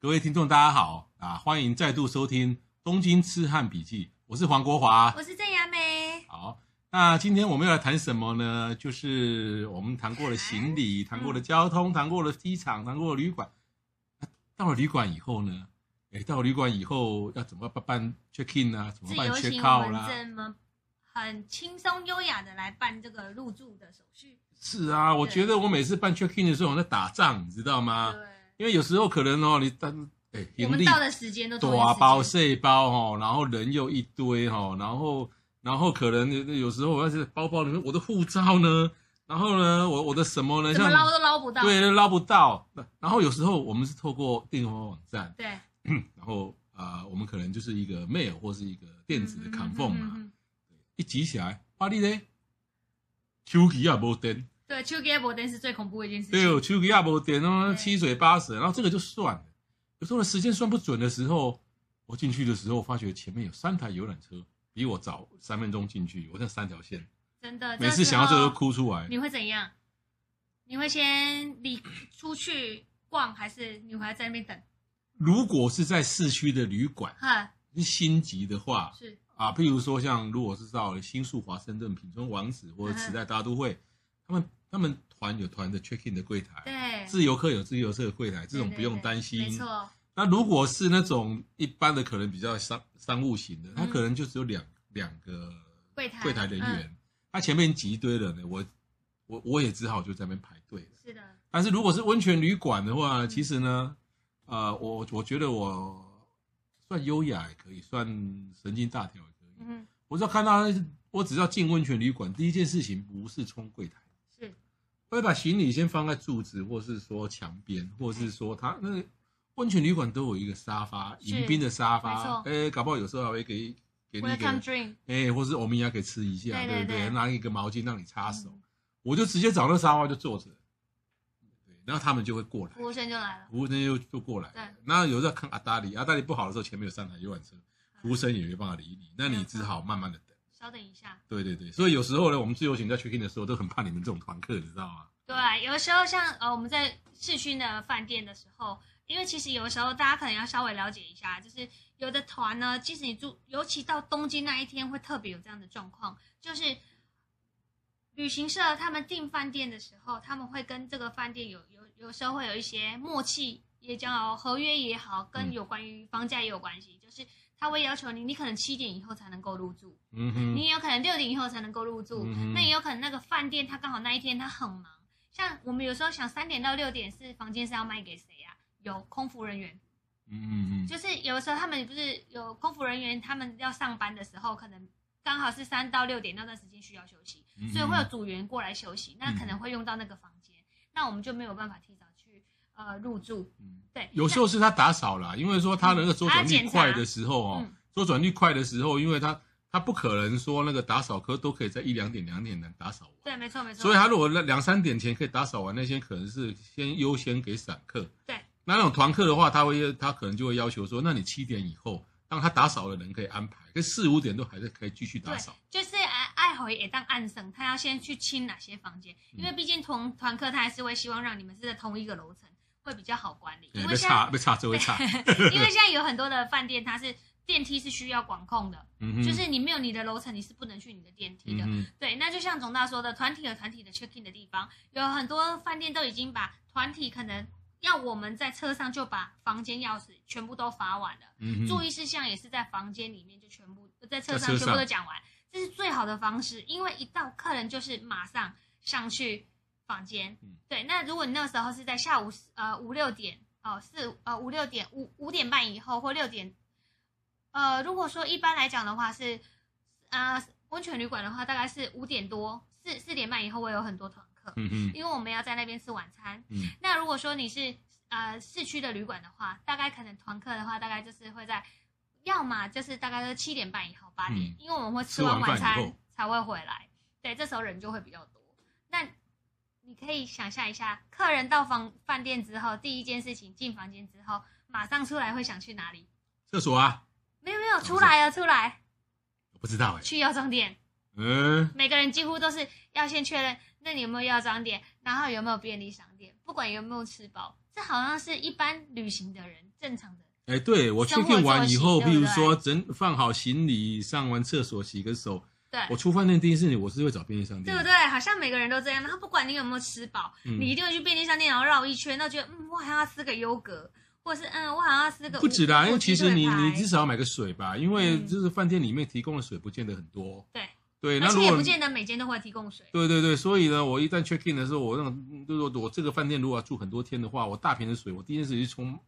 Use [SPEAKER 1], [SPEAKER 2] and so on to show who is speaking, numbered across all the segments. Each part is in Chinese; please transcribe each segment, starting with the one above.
[SPEAKER 1] 各位听众，大家好啊！欢迎再度收听《东京痴汉笔记》，我是黄国华。
[SPEAKER 2] 我是郑雅美，
[SPEAKER 1] 好，那今天我们要来谈什么呢？就是我们谈过了行李，
[SPEAKER 2] 哎嗯
[SPEAKER 1] 谈过了交通，谈过了机场，谈过了旅馆。到了旅馆以后呢？哎，到了旅馆以后要怎么办办 check in 啊？怎
[SPEAKER 2] 自
[SPEAKER 1] 么办
[SPEAKER 2] 由
[SPEAKER 1] check
[SPEAKER 2] 行我
[SPEAKER 1] out
[SPEAKER 2] 们
[SPEAKER 1] 啦、
[SPEAKER 2] 怎么很轻松优雅的来办这个入住的手续？
[SPEAKER 1] 是啊，我
[SPEAKER 2] 对
[SPEAKER 1] 觉得我每次办 check in 的时候我在打仗，你知道吗？
[SPEAKER 2] 对，
[SPEAKER 1] 因为有时候可能哦，你单哎
[SPEAKER 2] 我
[SPEAKER 1] 行
[SPEAKER 2] 们
[SPEAKER 1] 李
[SPEAKER 2] 到的时间都同一
[SPEAKER 1] 大
[SPEAKER 2] 时
[SPEAKER 1] 啊包
[SPEAKER 2] 间
[SPEAKER 1] 细包哦，然后人又一堆哦，然后然后可能有有时候我要是包包里面我的护照呢，然后呢我我的什么呢？
[SPEAKER 2] 怎么
[SPEAKER 1] 像
[SPEAKER 2] 捞都捞不到。
[SPEAKER 1] 对，啊捞不到。那然后有时候我们是透过订婚网站，
[SPEAKER 2] 对，
[SPEAKER 1] 然后啊、呃我们可能就是一个 mail 或是一个电子的 confirm
[SPEAKER 2] 嗯嗯嗯
[SPEAKER 1] 嘛，
[SPEAKER 2] 嗯嗯
[SPEAKER 1] 一集起来，哇你嘞，手机也无电，
[SPEAKER 2] 对，秋给博登是最恐怖的一件事情。
[SPEAKER 1] 对，哦手机也无电，然后
[SPEAKER 2] 对
[SPEAKER 1] 七嘴八舌，然后这个就算了。有时候时间算不准的时候，我进去的时候发觉前面有三台游览车比我早三分钟进去，我这三条线，
[SPEAKER 2] 真的，
[SPEAKER 1] 每次想到这个
[SPEAKER 2] 时
[SPEAKER 1] 都
[SPEAKER 2] 候
[SPEAKER 1] 哭出来。
[SPEAKER 2] 你会怎样？你会先离出去逛，还是你还在那边等？
[SPEAKER 1] 如果是在市区的旅馆，
[SPEAKER 2] 哈，
[SPEAKER 1] 是星级的话，
[SPEAKER 2] 是
[SPEAKER 1] 啊，譬如说像如果是到新宿、华盛顿、品川王子或者时代大都会，他们他们团有团的 check in 的柜台，
[SPEAKER 2] 对，
[SPEAKER 1] 自由客有自由客的柜台，这种
[SPEAKER 2] 对
[SPEAKER 1] 不用担
[SPEAKER 2] 对
[SPEAKER 1] 心。
[SPEAKER 2] 没错，
[SPEAKER 1] 那如果是那种一般的，可能比较商商务型的，他可能就只有两、两个
[SPEAKER 2] 嗯柜台嗯
[SPEAKER 1] 柜台人员，他前面挤一堆人呢，我我我也只好就在那边排队了。
[SPEAKER 2] 是的，
[SPEAKER 1] 但是如果是温泉旅馆的
[SPEAKER 2] 嗯
[SPEAKER 1] 话，其实呢，呃，我我觉得我算优雅也可以，算神经大条也可以。
[SPEAKER 2] 嗯，
[SPEAKER 1] 我只要看到，我只要进温泉旅馆，第一件事情不是冲柜台，
[SPEAKER 2] 是
[SPEAKER 1] 我会把行李先放在柱子，或是说墙边，或是说它那个温泉旅馆都有一个沙发，
[SPEAKER 2] 是
[SPEAKER 1] 迎宾的沙发，
[SPEAKER 2] 没
[SPEAKER 1] 哎，搞不好有时候还会给给你一个，
[SPEAKER 2] welcome drink，
[SPEAKER 1] 哎，或是我们也可以吃一下，对
[SPEAKER 2] 对对
[SPEAKER 1] 不对？
[SPEAKER 2] 对
[SPEAKER 1] 拿一个毛巾让你擦手，
[SPEAKER 2] 嗯
[SPEAKER 1] 我就直接找那沙发就坐着，对，然后他们就会过来，
[SPEAKER 2] 服务生就来了。
[SPEAKER 1] 服务生又就过来
[SPEAKER 2] 对
[SPEAKER 1] 了。那有时候看阿达里，阿达里不好的时候，前面有三台游览车，服务生也没办法理你，那你只好慢慢的等。
[SPEAKER 2] 稍等一下，
[SPEAKER 1] 对对对，所以有时候呢，我们自由行在 check in 的时候都很怕你们这种团客，你知道吗？
[SPEAKER 2] 对，啊有的时候像呃我们在市区的饭店的时候，因为其实有的时候大家可能要稍微了解一下，就是有的团呢，即使你住，尤其到东京那一天会特别有这样的状况，就是旅行社他们订饭店的时候，他们会跟这个饭店有有有时候会有一些默契，也叫合约也好，
[SPEAKER 1] 嗯
[SPEAKER 2] 跟有关于房价也有关系，就是他会要求你，你可能七点以后才能够入住，
[SPEAKER 1] 嗯哼，
[SPEAKER 2] 你也有可能六点以后才能够入住，
[SPEAKER 1] 嗯哼
[SPEAKER 2] 那也有可能那个饭店他刚好那一天他很忙，像我们有时候想三点到六点是房间是要卖给谁啊？有空服人员，
[SPEAKER 1] 嗯嗯嗯，
[SPEAKER 2] 就是有的时候他们不是有空服人员，他们要上班的时候，可能刚好是三到六点那段时间需要休息，
[SPEAKER 1] 嗯
[SPEAKER 2] 所以会有组员过来休息，那可能会用到那个房间，那我们就没有办法提早去呃入住，
[SPEAKER 1] 嗯
[SPEAKER 2] 对，
[SPEAKER 1] 有时候是他打扫啦，因为说他那个周转率快的时候
[SPEAKER 2] 他
[SPEAKER 1] 哦
[SPEAKER 2] 检查嗯，
[SPEAKER 1] 周转率快的时候，因为他他不可能说那个打扫科都可以在一两点两点能打扫完，
[SPEAKER 2] 对，没错没错，
[SPEAKER 1] 所以他如果那两三点前可以打扫完，那些可能是先优先给散客。
[SPEAKER 2] 对，
[SPEAKER 1] 那那种团客的话，他会他可能就会要求说，那你七点以后，让他打扫的人可以安排，可是四五点都还是可以继续打扫。
[SPEAKER 2] 就是爱爱回也当暗生，他要先去清哪些房间，
[SPEAKER 1] 嗯
[SPEAKER 2] 因为毕竟同团客他还是会希望让你们是在同一个楼层，会比较好管理。
[SPEAKER 1] 对
[SPEAKER 2] 因为
[SPEAKER 1] 被
[SPEAKER 2] 现
[SPEAKER 1] 差
[SPEAKER 2] 在
[SPEAKER 1] 被差这会差，
[SPEAKER 2] 因为现在有很多的饭店它是电梯是需要管控的，
[SPEAKER 1] 嗯哼
[SPEAKER 2] 就是你没有你的楼层你是不能去你的电梯的。
[SPEAKER 1] 嗯哼
[SPEAKER 2] 对，那就像总大说的，团体有团体的 check in 的地方，有很多饭店都已经把团体可能要我们在车上就把房间钥匙全部都发完了。
[SPEAKER 1] 嗯 哼
[SPEAKER 2] 注意事项也是在房间里面就全部在车
[SPEAKER 1] 在
[SPEAKER 2] 上
[SPEAKER 1] 车
[SPEAKER 2] 全部都
[SPEAKER 1] 上
[SPEAKER 2] 讲完，这是最好的方式，因为一到客人就是马上上去房间。
[SPEAKER 1] 嗯
[SPEAKER 2] 对，那如果你那时候是在下午呃五六点哦四呃五六点五五点半以后或六点，呃如果说一般来讲的话是呃温泉旅馆的话大概是五点多四四点半以后会有很多团客，
[SPEAKER 1] 嗯哼
[SPEAKER 2] 因为我们要在那边吃晚餐。
[SPEAKER 1] 嗯
[SPEAKER 2] 那如果说你是呃市区的旅馆的话，大概可能团客的话，大概就是会在，要么就是大概是七点半以后八点，
[SPEAKER 1] 嗯
[SPEAKER 2] 因为我们会吃
[SPEAKER 1] 吃完
[SPEAKER 2] 完晚
[SPEAKER 1] 饭以
[SPEAKER 2] 餐
[SPEAKER 1] 后
[SPEAKER 2] 才会回来，对，这时候人就会比较多。那你可以想象一下，客人到房饭店之后，第一件事情进房间之后，马上出来会想去哪里？
[SPEAKER 1] 厕所啊，
[SPEAKER 2] 没有没有，
[SPEAKER 1] 是
[SPEAKER 2] 出来啊出来，
[SPEAKER 1] 我不知道哎、
[SPEAKER 2] 去药妆店。
[SPEAKER 1] 嗯，
[SPEAKER 2] 每个人几乎都是要先确认，那你有没有药妆店，然后有没有便利商店，不管有没有吃饱，这好像是一般旅行的人正常的。
[SPEAKER 1] 哎，对我去
[SPEAKER 2] 生活
[SPEAKER 1] 店完以后，
[SPEAKER 2] 作息
[SPEAKER 1] 譬如
[SPEAKER 2] 对不对
[SPEAKER 1] 说整放好行李，上完厕所洗个手，我
[SPEAKER 2] 对，
[SPEAKER 1] 出饭店第一次，我是会找便利商店
[SPEAKER 2] 对
[SPEAKER 1] 的，
[SPEAKER 2] 不对？好像每个人都这样。然后不管你有没有吃饱，
[SPEAKER 1] 嗯
[SPEAKER 2] 你一定会去便利商店，然后绕一圈，然后觉得嗯，我好像要吃个优格，或是嗯，我好像要吃个
[SPEAKER 1] 不止啦，
[SPEAKER 2] 无
[SPEAKER 1] 因为其实你
[SPEAKER 2] 无鸡腿
[SPEAKER 1] 你
[SPEAKER 2] 排
[SPEAKER 1] 至少要买个水吧，因为
[SPEAKER 2] 嗯
[SPEAKER 1] 就是饭店里面提供的水不见得很多。
[SPEAKER 2] 对
[SPEAKER 1] 对，
[SPEAKER 2] 而
[SPEAKER 1] 那
[SPEAKER 2] 且
[SPEAKER 1] 如
[SPEAKER 2] 也
[SPEAKER 1] 果
[SPEAKER 2] 不见得每间都会提供水。
[SPEAKER 1] 对对对，所以呢，我一旦 check in 的时候，我那种就是我这个饭店如果要住很多天的话，我大瓶的水，我第一件事去冲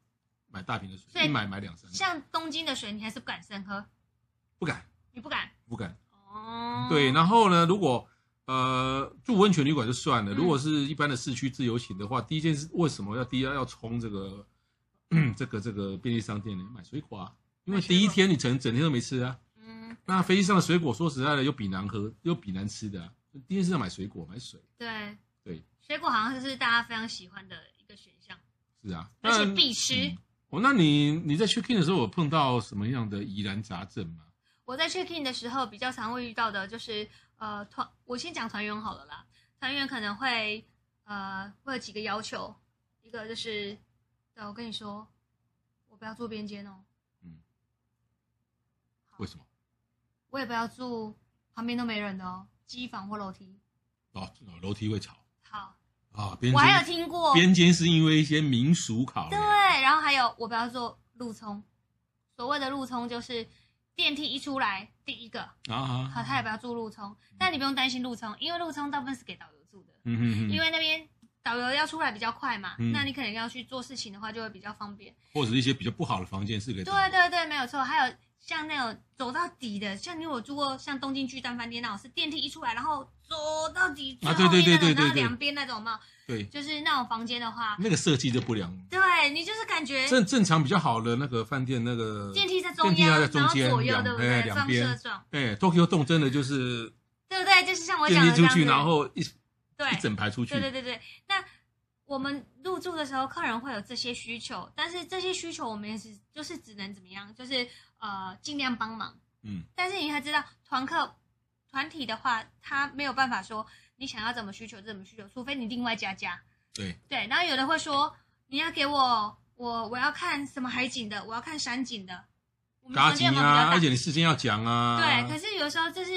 [SPEAKER 1] 买大瓶的
[SPEAKER 2] 所以
[SPEAKER 1] 水，一买买两三瓶，
[SPEAKER 2] 像东京的水，你还是不敢深喝，
[SPEAKER 1] 不敢
[SPEAKER 2] 你不敢。
[SPEAKER 1] 不敢。
[SPEAKER 2] 哦，
[SPEAKER 1] 对，然后呢，如果呃住温泉旅馆就算了，
[SPEAKER 2] 嗯
[SPEAKER 1] 如果是一般的市区自由行的话，第一件事为什么要第一要要冲这个 这个这个便利商店呢？买水果啊，因为
[SPEAKER 2] 买水果
[SPEAKER 1] 第一天你整整天都没吃啊。
[SPEAKER 2] 嗯，
[SPEAKER 1] 那飞机上的水果，说实在的，有比难喝，有比难吃的、啊。第一件事要买水果，买水，
[SPEAKER 2] 对
[SPEAKER 1] 对，
[SPEAKER 2] 水果好像就是大家非常喜欢的一个选项。
[SPEAKER 1] 是啊，
[SPEAKER 2] 而且
[SPEAKER 1] 那
[SPEAKER 2] 必吃
[SPEAKER 1] 嗯哦，那你你在 check in 的时候，有碰到什么样的疑难杂症吗？
[SPEAKER 2] 我在 check in 的时候比较常会遇到的就是，呃，团我先讲团员好了啦，团员可能会呃会有几个要求，一个就是，对我跟你说，我不要住边间哦，
[SPEAKER 1] 为什么？
[SPEAKER 2] 我也不要住旁边都没人的哦，机房或楼梯。
[SPEAKER 1] 哦，楼梯会吵
[SPEAKER 2] 好，
[SPEAKER 1] 啊，边
[SPEAKER 2] 我还有
[SPEAKER 1] 间
[SPEAKER 2] 听过，
[SPEAKER 1] 边间是因为一些民俗考
[SPEAKER 2] 对，
[SPEAKER 1] 量，
[SPEAKER 2] 然后还有我不要做路冲，所谓的路冲就是电梯一出来第一个，
[SPEAKER 1] 啊
[SPEAKER 2] 好，他也不要住路冲，但你不用担心路冲，因为路冲大部分是给导游住的。
[SPEAKER 1] 嗯哼哼，
[SPEAKER 2] 因为那边导游要出来比较快嘛，
[SPEAKER 1] 嗯
[SPEAKER 2] 那你可能要去做事情的话就会比较方便。
[SPEAKER 1] 或者是一些比较不好的房间是给
[SPEAKER 2] 对啊对对，没有错。还有像那种走到底的，像你有住过像东京巨蛋饭店那种，是电梯一出来，然后走到底最
[SPEAKER 1] 啊
[SPEAKER 2] 后面
[SPEAKER 1] 对对
[SPEAKER 2] 那
[SPEAKER 1] 对对对
[SPEAKER 2] 种，然
[SPEAKER 1] 对
[SPEAKER 2] 后两边那种嘛，
[SPEAKER 1] 对，嗯
[SPEAKER 2] 就是那种房间的话，
[SPEAKER 1] 那个设计就不良。
[SPEAKER 2] 对你就是感觉
[SPEAKER 1] 正正常比较好的那个饭店，那个
[SPEAKER 2] 电梯在中
[SPEAKER 1] 电梯要
[SPEAKER 2] 央，
[SPEAKER 1] 在中
[SPEAKER 2] 然后
[SPEAKER 1] 间，
[SPEAKER 2] 左右
[SPEAKER 1] 两
[SPEAKER 2] 对不
[SPEAKER 1] 哎
[SPEAKER 2] 对？
[SPEAKER 1] 两
[SPEAKER 2] 放射
[SPEAKER 1] 边，
[SPEAKER 2] 状，
[SPEAKER 1] 哎，Tokyo 洞真的就是
[SPEAKER 2] 对不对？就是像我讲
[SPEAKER 1] 电
[SPEAKER 2] 的
[SPEAKER 1] 梯
[SPEAKER 2] 这
[SPEAKER 1] 出
[SPEAKER 2] 样
[SPEAKER 1] 去，
[SPEAKER 2] 子
[SPEAKER 1] 然后一
[SPEAKER 2] 对
[SPEAKER 1] 一整排出去
[SPEAKER 2] 对，对对对，那我们入住的时候，客人会有这些需求，但是这些需求我们也是就是只能怎么样，就是呃尽量帮忙。
[SPEAKER 1] 嗯，
[SPEAKER 2] 但是你还知道，团客团体的话，他没有办法说你想要怎么需求怎么需求，除非你另外加价。
[SPEAKER 1] 对，
[SPEAKER 2] 对，然后有的会说你要给我我我要看什么海景的，我要看山景的，我们
[SPEAKER 1] 嘎
[SPEAKER 2] 房
[SPEAKER 1] 吉
[SPEAKER 2] 间有没有比较
[SPEAKER 1] 啊，
[SPEAKER 2] 大
[SPEAKER 1] 而且你事先要讲啊，
[SPEAKER 2] 对，可是有时候就是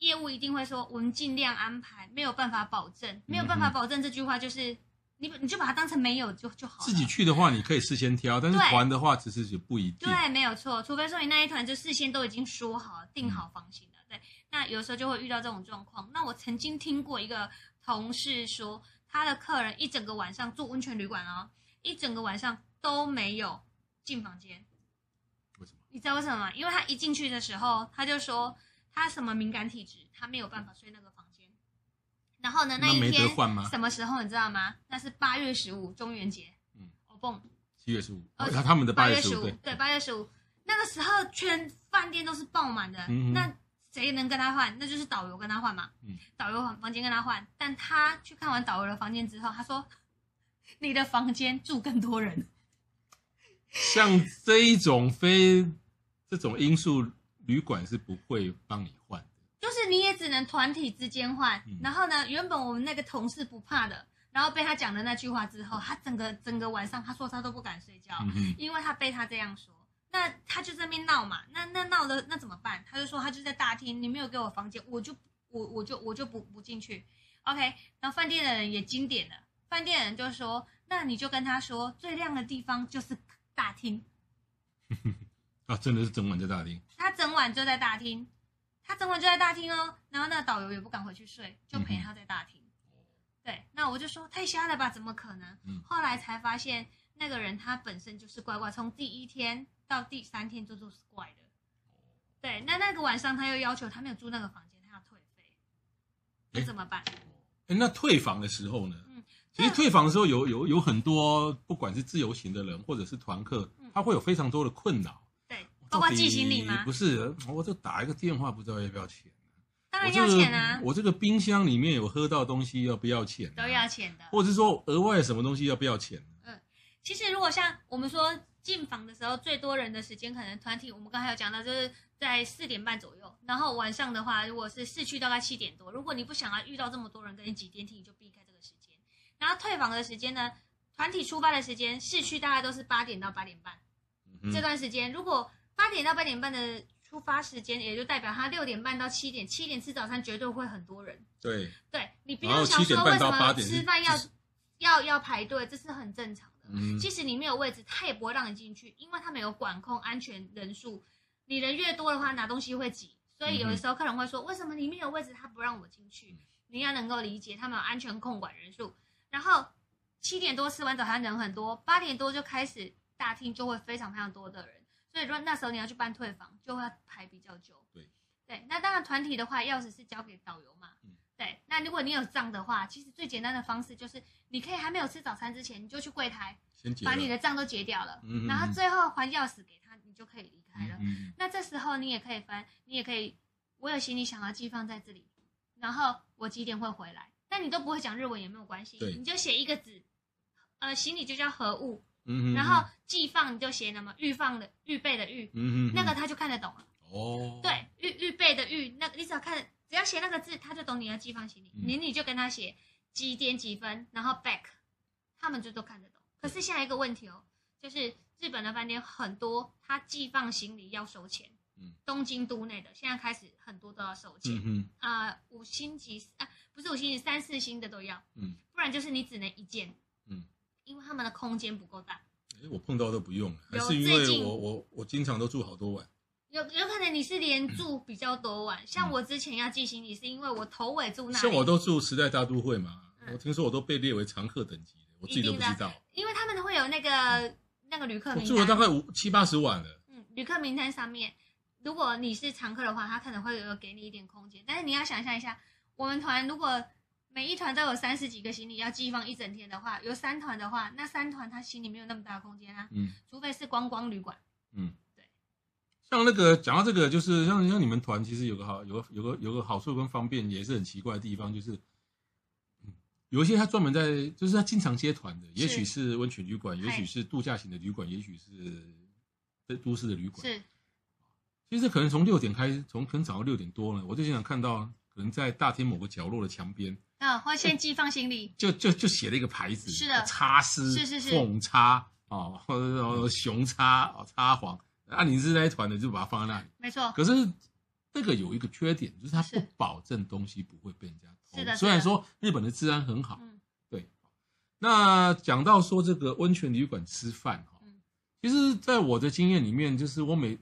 [SPEAKER 2] 业务一定会说，我们尽量安排，没有办法保证，没有办法
[SPEAKER 1] 嗯哼
[SPEAKER 2] 保证这句话就是你你就把它当成没有就就好了。
[SPEAKER 1] 自己去的话，你可以事先挑，但是
[SPEAKER 2] 对
[SPEAKER 1] 团的话，其实就不一定。
[SPEAKER 2] 对，没有错，除非说你那一团就事先都已经说好定
[SPEAKER 1] 嗯
[SPEAKER 2] 好房型了。对，那有时候就会遇到这种状况。那我曾经听过一个同事说，他的客人一整个晚上住温泉旅馆哦，一整个晚上都没有进房间。
[SPEAKER 1] 为什么？
[SPEAKER 2] 你知道为什么吗？因为他一进去的时候，他就说他什么敏感体质，他没有办法睡那个房间。然后呢，
[SPEAKER 1] 那
[SPEAKER 2] 一
[SPEAKER 1] 没
[SPEAKER 2] 天
[SPEAKER 1] 得换吗？
[SPEAKER 2] 什么时候你知道吗？那是八月十五中元节，
[SPEAKER 1] 嗯，
[SPEAKER 2] 哦蹦，
[SPEAKER 1] 七月十五，哦
[SPEAKER 2] 呃
[SPEAKER 1] 他他们的八
[SPEAKER 2] 月
[SPEAKER 1] 月十五，
[SPEAKER 2] 五，
[SPEAKER 1] 对，
[SPEAKER 2] 对，八月十五那个时候全饭店都是爆满的，
[SPEAKER 1] 嗯哼
[SPEAKER 2] 那谁能跟他换？那就是导游跟他换嘛，
[SPEAKER 1] 嗯
[SPEAKER 2] 导游房房间跟他换，但他去看完导游的房间之后，他说 你的房间住更多人。
[SPEAKER 1] 像这一种非这种因素，旅馆是不会帮你换的。
[SPEAKER 2] 就是你也只能团体之间换。
[SPEAKER 1] 嗯
[SPEAKER 2] 然后呢，原本我们那个同事不怕的，然后被他讲的那句话之后，他整个整个晚上他说他都不敢睡觉，
[SPEAKER 1] 嗯哼，
[SPEAKER 2] 因为他被他这样说。那他就在那边闹嘛，那那闹的那怎么办？他就说他就在大厅，你没有给我房间，我就我我就我就不不进去。OK，然后饭店的人也经典了，饭店的人就说，那你就跟他说，最亮的地方就是大厅。
[SPEAKER 1] 啊，真的是整晚在大厅，
[SPEAKER 2] 他整晚就在大厅，他整晚就在大厅哦。然后那个导游也不敢回去睡，就
[SPEAKER 1] 嗯
[SPEAKER 2] 陪他在大厅。对，那我就说太瞎了吧，怎么可能？
[SPEAKER 1] 嗯
[SPEAKER 2] 后来才发现那个人他本身就是乖乖，从第一天到第三天就都是怪的。对，那那个晚上他又要求他没有住那个房间，他要退费，那
[SPEAKER 1] 诶
[SPEAKER 2] 怎么办？
[SPEAKER 1] 哎，那退房的时候呢？
[SPEAKER 2] 嗯
[SPEAKER 1] 其实退房的时候有有有很多，不管是自由行的人或者是团客
[SPEAKER 2] 嗯，
[SPEAKER 1] 他会有非常多的困扰。
[SPEAKER 2] 对，包括寄行李
[SPEAKER 1] 到底
[SPEAKER 2] 吗
[SPEAKER 1] 不？是，我就打一个电话，不知道要不要钱。
[SPEAKER 2] 当然
[SPEAKER 1] 我
[SPEAKER 2] 要
[SPEAKER 1] 这个
[SPEAKER 2] 钱啊，
[SPEAKER 1] 我这个冰箱里面有喝到东西，要不要钱、啊
[SPEAKER 2] 都要。钱的。
[SPEAKER 1] 或者是说额外什么东西要不要钱？啊
[SPEAKER 2] 其实如果像我们说进房的时候，最多人的时间可能团体，我们刚才有讲到，就是在四点半左右。然后晚上的话，如果是市区大概七点多，如果你不想要遇到这么多人跟你挤电梯，你就避开这个时间。然后退房的时间呢，团体出发的时间，市区大概都是八点到八点半。
[SPEAKER 1] 嗯
[SPEAKER 2] 这段时间，如果八点到八点半的出发时间，也就代表他六点半到七点，七点吃早餐绝对会很多人。
[SPEAKER 1] 对，
[SPEAKER 2] 对你不
[SPEAKER 1] 然
[SPEAKER 2] 要
[SPEAKER 1] 后
[SPEAKER 2] 想
[SPEAKER 1] 7点
[SPEAKER 2] 说
[SPEAKER 1] 半
[SPEAKER 2] 为
[SPEAKER 1] 到
[SPEAKER 2] 什
[SPEAKER 1] 8
[SPEAKER 2] 么
[SPEAKER 1] 点
[SPEAKER 2] 吃饭要
[SPEAKER 1] 就是
[SPEAKER 2] 要要排队，这是很正常的。
[SPEAKER 1] 嗯，
[SPEAKER 2] 即使你没有位置，他也不会让你进去，因为他们有管控安全人数。你人越多的话，拿东西会挤，所以有的时候客人会说，为什么里面有位置他不让我进去
[SPEAKER 1] 嗯？
[SPEAKER 2] 你要能够理解，他们有安全控管人数。然后七点多吃完早餐人很多，八点多就开始大厅就会非常非常多的人，所以如果那时候你要去办退房，就会排比较久。
[SPEAKER 1] 对
[SPEAKER 2] 对，那当然团体的话，钥匙是交给导游嘛。
[SPEAKER 1] 嗯
[SPEAKER 2] 对，那如果你有账的话，其实最简单的方式就是，你可以还没有吃早餐之前，你就去柜台，
[SPEAKER 1] 先解了
[SPEAKER 2] 把你的账都结掉了，
[SPEAKER 1] 嗯
[SPEAKER 2] 然后最后还钥匙给他，你就可以离开了。
[SPEAKER 1] 嗯
[SPEAKER 2] 那这时候你也可以翻，你也可以，我有行李想要寄放在这里，然后我几点会回来？但你都不会讲日文也没有关系
[SPEAKER 1] 对，
[SPEAKER 2] 你就写一个字，呃，行李就叫何物，
[SPEAKER 1] 嗯嗯
[SPEAKER 2] 然后寄放你就写什么预放的预备的预，
[SPEAKER 1] 嗯嗯
[SPEAKER 2] 那个他就看得懂了。
[SPEAKER 1] 哦，
[SPEAKER 2] 对，预预备的预，那个你只要看，只要写那个字，他就懂你要寄放行李。
[SPEAKER 1] 嗯
[SPEAKER 2] 你你就跟他写几点几分，然后 back，他们就都看得懂。可是下一个问题哦，就是日本的饭店很多，他寄放行李要收钱。
[SPEAKER 1] 嗯
[SPEAKER 2] 东京都内的现在开始很多都要收钱
[SPEAKER 1] 嗯，嗯
[SPEAKER 2] 啊、五星级啊、不是五星级，三四星的都要，
[SPEAKER 1] 嗯，
[SPEAKER 2] 不然就是你只能一件，
[SPEAKER 1] 嗯，
[SPEAKER 2] 因为他们的空间不够大。
[SPEAKER 1] 哎，我碰到都不用，还
[SPEAKER 2] 有
[SPEAKER 1] 是因
[SPEAKER 2] 最
[SPEAKER 1] 为
[SPEAKER 2] 近
[SPEAKER 1] 我我我经常都住好多晚，
[SPEAKER 2] 有有可能你是连住比较多晚，像我之前要寄行李，是因为我头尾住那里，
[SPEAKER 1] 像嗯我都住时代大都会嘛，
[SPEAKER 2] 嗯
[SPEAKER 1] 我听说我都被列为常客等级的，我自己都不知道，
[SPEAKER 2] 因为他们会有那个那个旅客
[SPEAKER 1] 我
[SPEAKER 2] 名
[SPEAKER 1] 住了大
[SPEAKER 2] 单，
[SPEAKER 1] 概五七八十晚了，
[SPEAKER 2] 嗯，旅客名单上面，如果你是常客的话，他可能会有给你一点空间，但是你要想象一下，我们团如果每一团都有三十几个行李要寄放一整天的话，有三团的话，那三团他行李没有那么大的空间啊，
[SPEAKER 1] 嗯。
[SPEAKER 2] 除非是观光旅馆，
[SPEAKER 1] 像那个讲到这个，就是像像你们团，其实有个好有个有个有个好处跟方便，也是很奇怪的地方，就是，嗯有一些他专门在，就是他经常接团的，也许是温泉旅馆，也许是度假型的旅馆，也许是在都市的旅馆。
[SPEAKER 2] 是
[SPEAKER 1] 其实可能从六点开，从可能早上六点多呢，我就经常看到，可能在大厅某个角落的墙边，
[SPEAKER 2] 啊，会先寄放行李，
[SPEAKER 1] 就就就写了一个牌子，
[SPEAKER 2] 是的
[SPEAKER 1] 叉丝，
[SPEAKER 2] 是是是
[SPEAKER 1] 凤叉哦，或者说熊叉哦，叉黄。啊，你是那一团的，就把它放在那里。
[SPEAKER 2] 没错，
[SPEAKER 1] 可是这个有一个缺点，就是它不
[SPEAKER 2] 是
[SPEAKER 1] 保证东西不会被人家偷。
[SPEAKER 2] 是的
[SPEAKER 1] 虽然
[SPEAKER 2] 是的
[SPEAKER 1] 说日本的治安很好，
[SPEAKER 2] 嗯，
[SPEAKER 1] 对。那讲到说这个温泉旅馆吃饭哈
[SPEAKER 2] 嗯，
[SPEAKER 1] 其实在我的经验里面，就是我每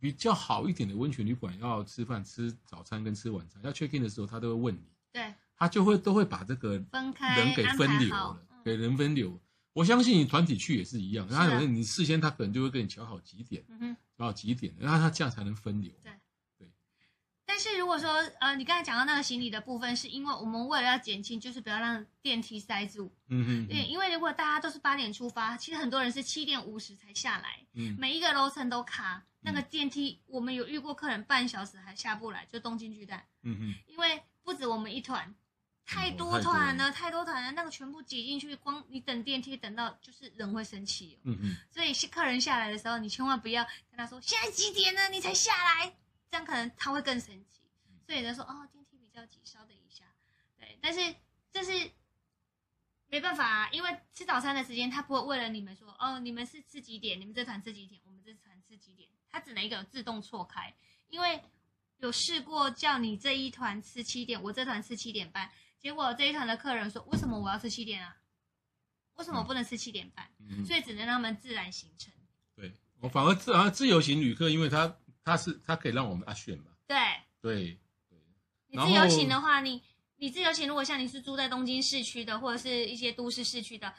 [SPEAKER 1] 比较好一点的温泉旅馆要吃饭，吃早餐跟吃晚餐，要 check in 的时候，他都会问你，
[SPEAKER 2] 对，
[SPEAKER 1] 他就会都会把这个
[SPEAKER 2] 分开
[SPEAKER 1] 人给分流
[SPEAKER 2] 安排好
[SPEAKER 1] 了，
[SPEAKER 2] 嗯
[SPEAKER 1] 给人分流。我相信你团体去也是一样，
[SPEAKER 2] 是啊
[SPEAKER 1] 他可
[SPEAKER 2] 的
[SPEAKER 1] 能你事先他可能就会跟你瞧好几点，
[SPEAKER 2] 嗯哼。
[SPEAKER 1] 瞧好几点，然后他这样才能分流。
[SPEAKER 2] 对但是如果说呃，你刚才讲到那个行李的部分，是因为我们为了要减轻，就是不要让电梯塞住。
[SPEAKER 1] 嗯哼，
[SPEAKER 2] 对，因为如果大家都是八点出发，其实很多人是七点五十才下来，
[SPEAKER 1] 嗯
[SPEAKER 2] 每一个楼层都卡，那个电梯我们有遇过客人半小时还下不来，就东京巨蛋，
[SPEAKER 1] 嗯嗯
[SPEAKER 2] 因为不止我们一团，嗯太多团了，太多团了，那个全部挤进去，光你等电梯等到就是人会生气哦。
[SPEAKER 1] 嗯嗯，
[SPEAKER 2] 所以是客人下来的时候，你千万不要跟他说现在几点呢，你才下来，这样可能他会更生气。所以他说哦，电梯比较挤，稍等一下。对，但是这是没办法、啊，因为吃早餐的时间，他不会为了你们说哦，你们是吃几点，你们这团吃几点，我们这团吃几点，他只能一个自动错开，因为有试过叫你这一团吃七点，我这团吃七点半，结果这一团的客人说为什么我要吃七点啊？为什么我不能吃七点半？
[SPEAKER 1] 嗯
[SPEAKER 2] 所以只能让他们自然形成。
[SPEAKER 1] 对我反而自啊而自由行旅客，因为他他是他可以让我们啊选嘛，
[SPEAKER 2] 对
[SPEAKER 1] 对，
[SPEAKER 2] 你
[SPEAKER 1] 然
[SPEAKER 2] 自
[SPEAKER 1] 后
[SPEAKER 2] 由行的话，你你自由行，如果像你是住在东京市区的，或者是一些都市市区的，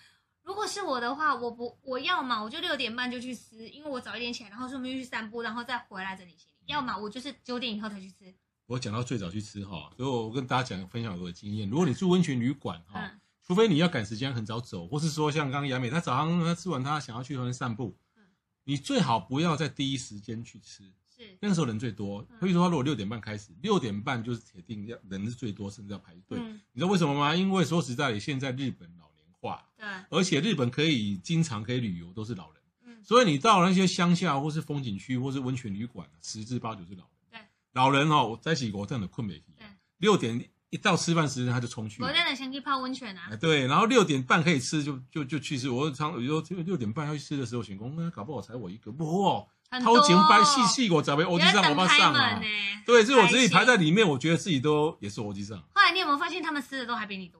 [SPEAKER 2] 如果是我的话，我不我要嘛我就六点半就去吃，因为我早一点起来，然后顺便去散步，然后再回来整理行
[SPEAKER 1] 嗯
[SPEAKER 2] 李；要么我就是九点以后才去吃。
[SPEAKER 1] 我讲到最早去吃哈，所以我跟大家讲分享我的经验，如果你住温泉旅馆哈，
[SPEAKER 2] 嗯，
[SPEAKER 1] 除非你要赶时间很早走，或是说像刚刚雅美，她早上她吃完她想要去河边散步
[SPEAKER 2] 嗯，
[SPEAKER 1] 你最好不要在第一时间去吃，
[SPEAKER 2] 是
[SPEAKER 1] 那个时候人最多
[SPEAKER 2] 嗯。
[SPEAKER 1] 所以说，如果六点半开始，六点半就是铁定要人是最多，甚至要排队。
[SPEAKER 2] 嗯
[SPEAKER 1] 你知道为什么吗？因为说实在的，现在日本老年化，
[SPEAKER 2] 对，
[SPEAKER 1] 而且日本可以经常可以旅游，都是老人。
[SPEAKER 2] 嗯
[SPEAKER 1] 所以你到那些乡下或是风景区或是温泉旅馆，啊十之八九是老
[SPEAKER 2] 对
[SPEAKER 1] 人。老人哦，我在一起我真的困不起
[SPEAKER 2] 对。
[SPEAKER 1] 六点一到吃饭时间他就冲去
[SPEAKER 2] 我
[SPEAKER 1] 了。
[SPEAKER 2] 带奶先去泡温泉啊
[SPEAKER 1] 哎，，对，然后六点半可以吃，就就就去吃。我常有时候六点半要去吃的时候，想工，那搞不好才我一个，不哦，
[SPEAKER 2] 很多
[SPEAKER 1] 掏钱掰细细我找杯欧
[SPEAKER 2] 我
[SPEAKER 1] 吉上我爸上啊。
[SPEAKER 2] 呢。
[SPEAKER 1] 对，所以我自己
[SPEAKER 2] 开心
[SPEAKER 1] 排在里面，我觉得自己都也是欧吉上。
[SPEAKER 2] 后来你有没有发现他们吃的都还比你多？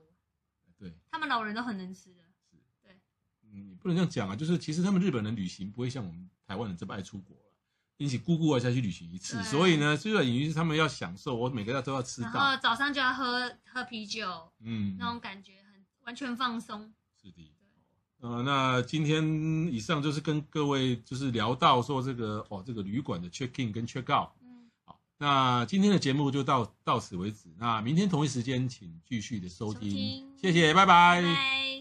[SPEAKER 1] 对，
[SPEAKER 2] 他们老人都很能吃的，
[SPEAKER 1] 嗯，也不能这样讲啊，就是其实他们日本人旅行不会像我们台湾人这么爱出国了，因此姑姑啊下去旅行一次，
[SPEAKER 2] 对
[SPEAKER 1] 所以呢，虽然于是他们要享受，我每个月都要吃
[SPEAKER 2] 然后
[SPEAKER 1] 到，
[SPEAKER 2] 早上就要喝喝啤酒，
[SPEAKER 1] 嗯，
[SPEAKER 2] 那种感觉很完全放松。
[SPEAKER 1] 是的。呃，那今天以上就是跟各位就是聊到说这个哦，这个旅馆的 check in 跟 check out。
[SPEAKER 2] 嗯，
[SPEAKER 1] 好，那今天的节目就到到此为止。那明天同一时间，请继续的收
[SPEAKER 2] 收
[SPEAKER 1] 听
[SPEAKER 2] 听
[SPEAKER 1] 谢谢，拜
[SPEAKER 2] 拜拜。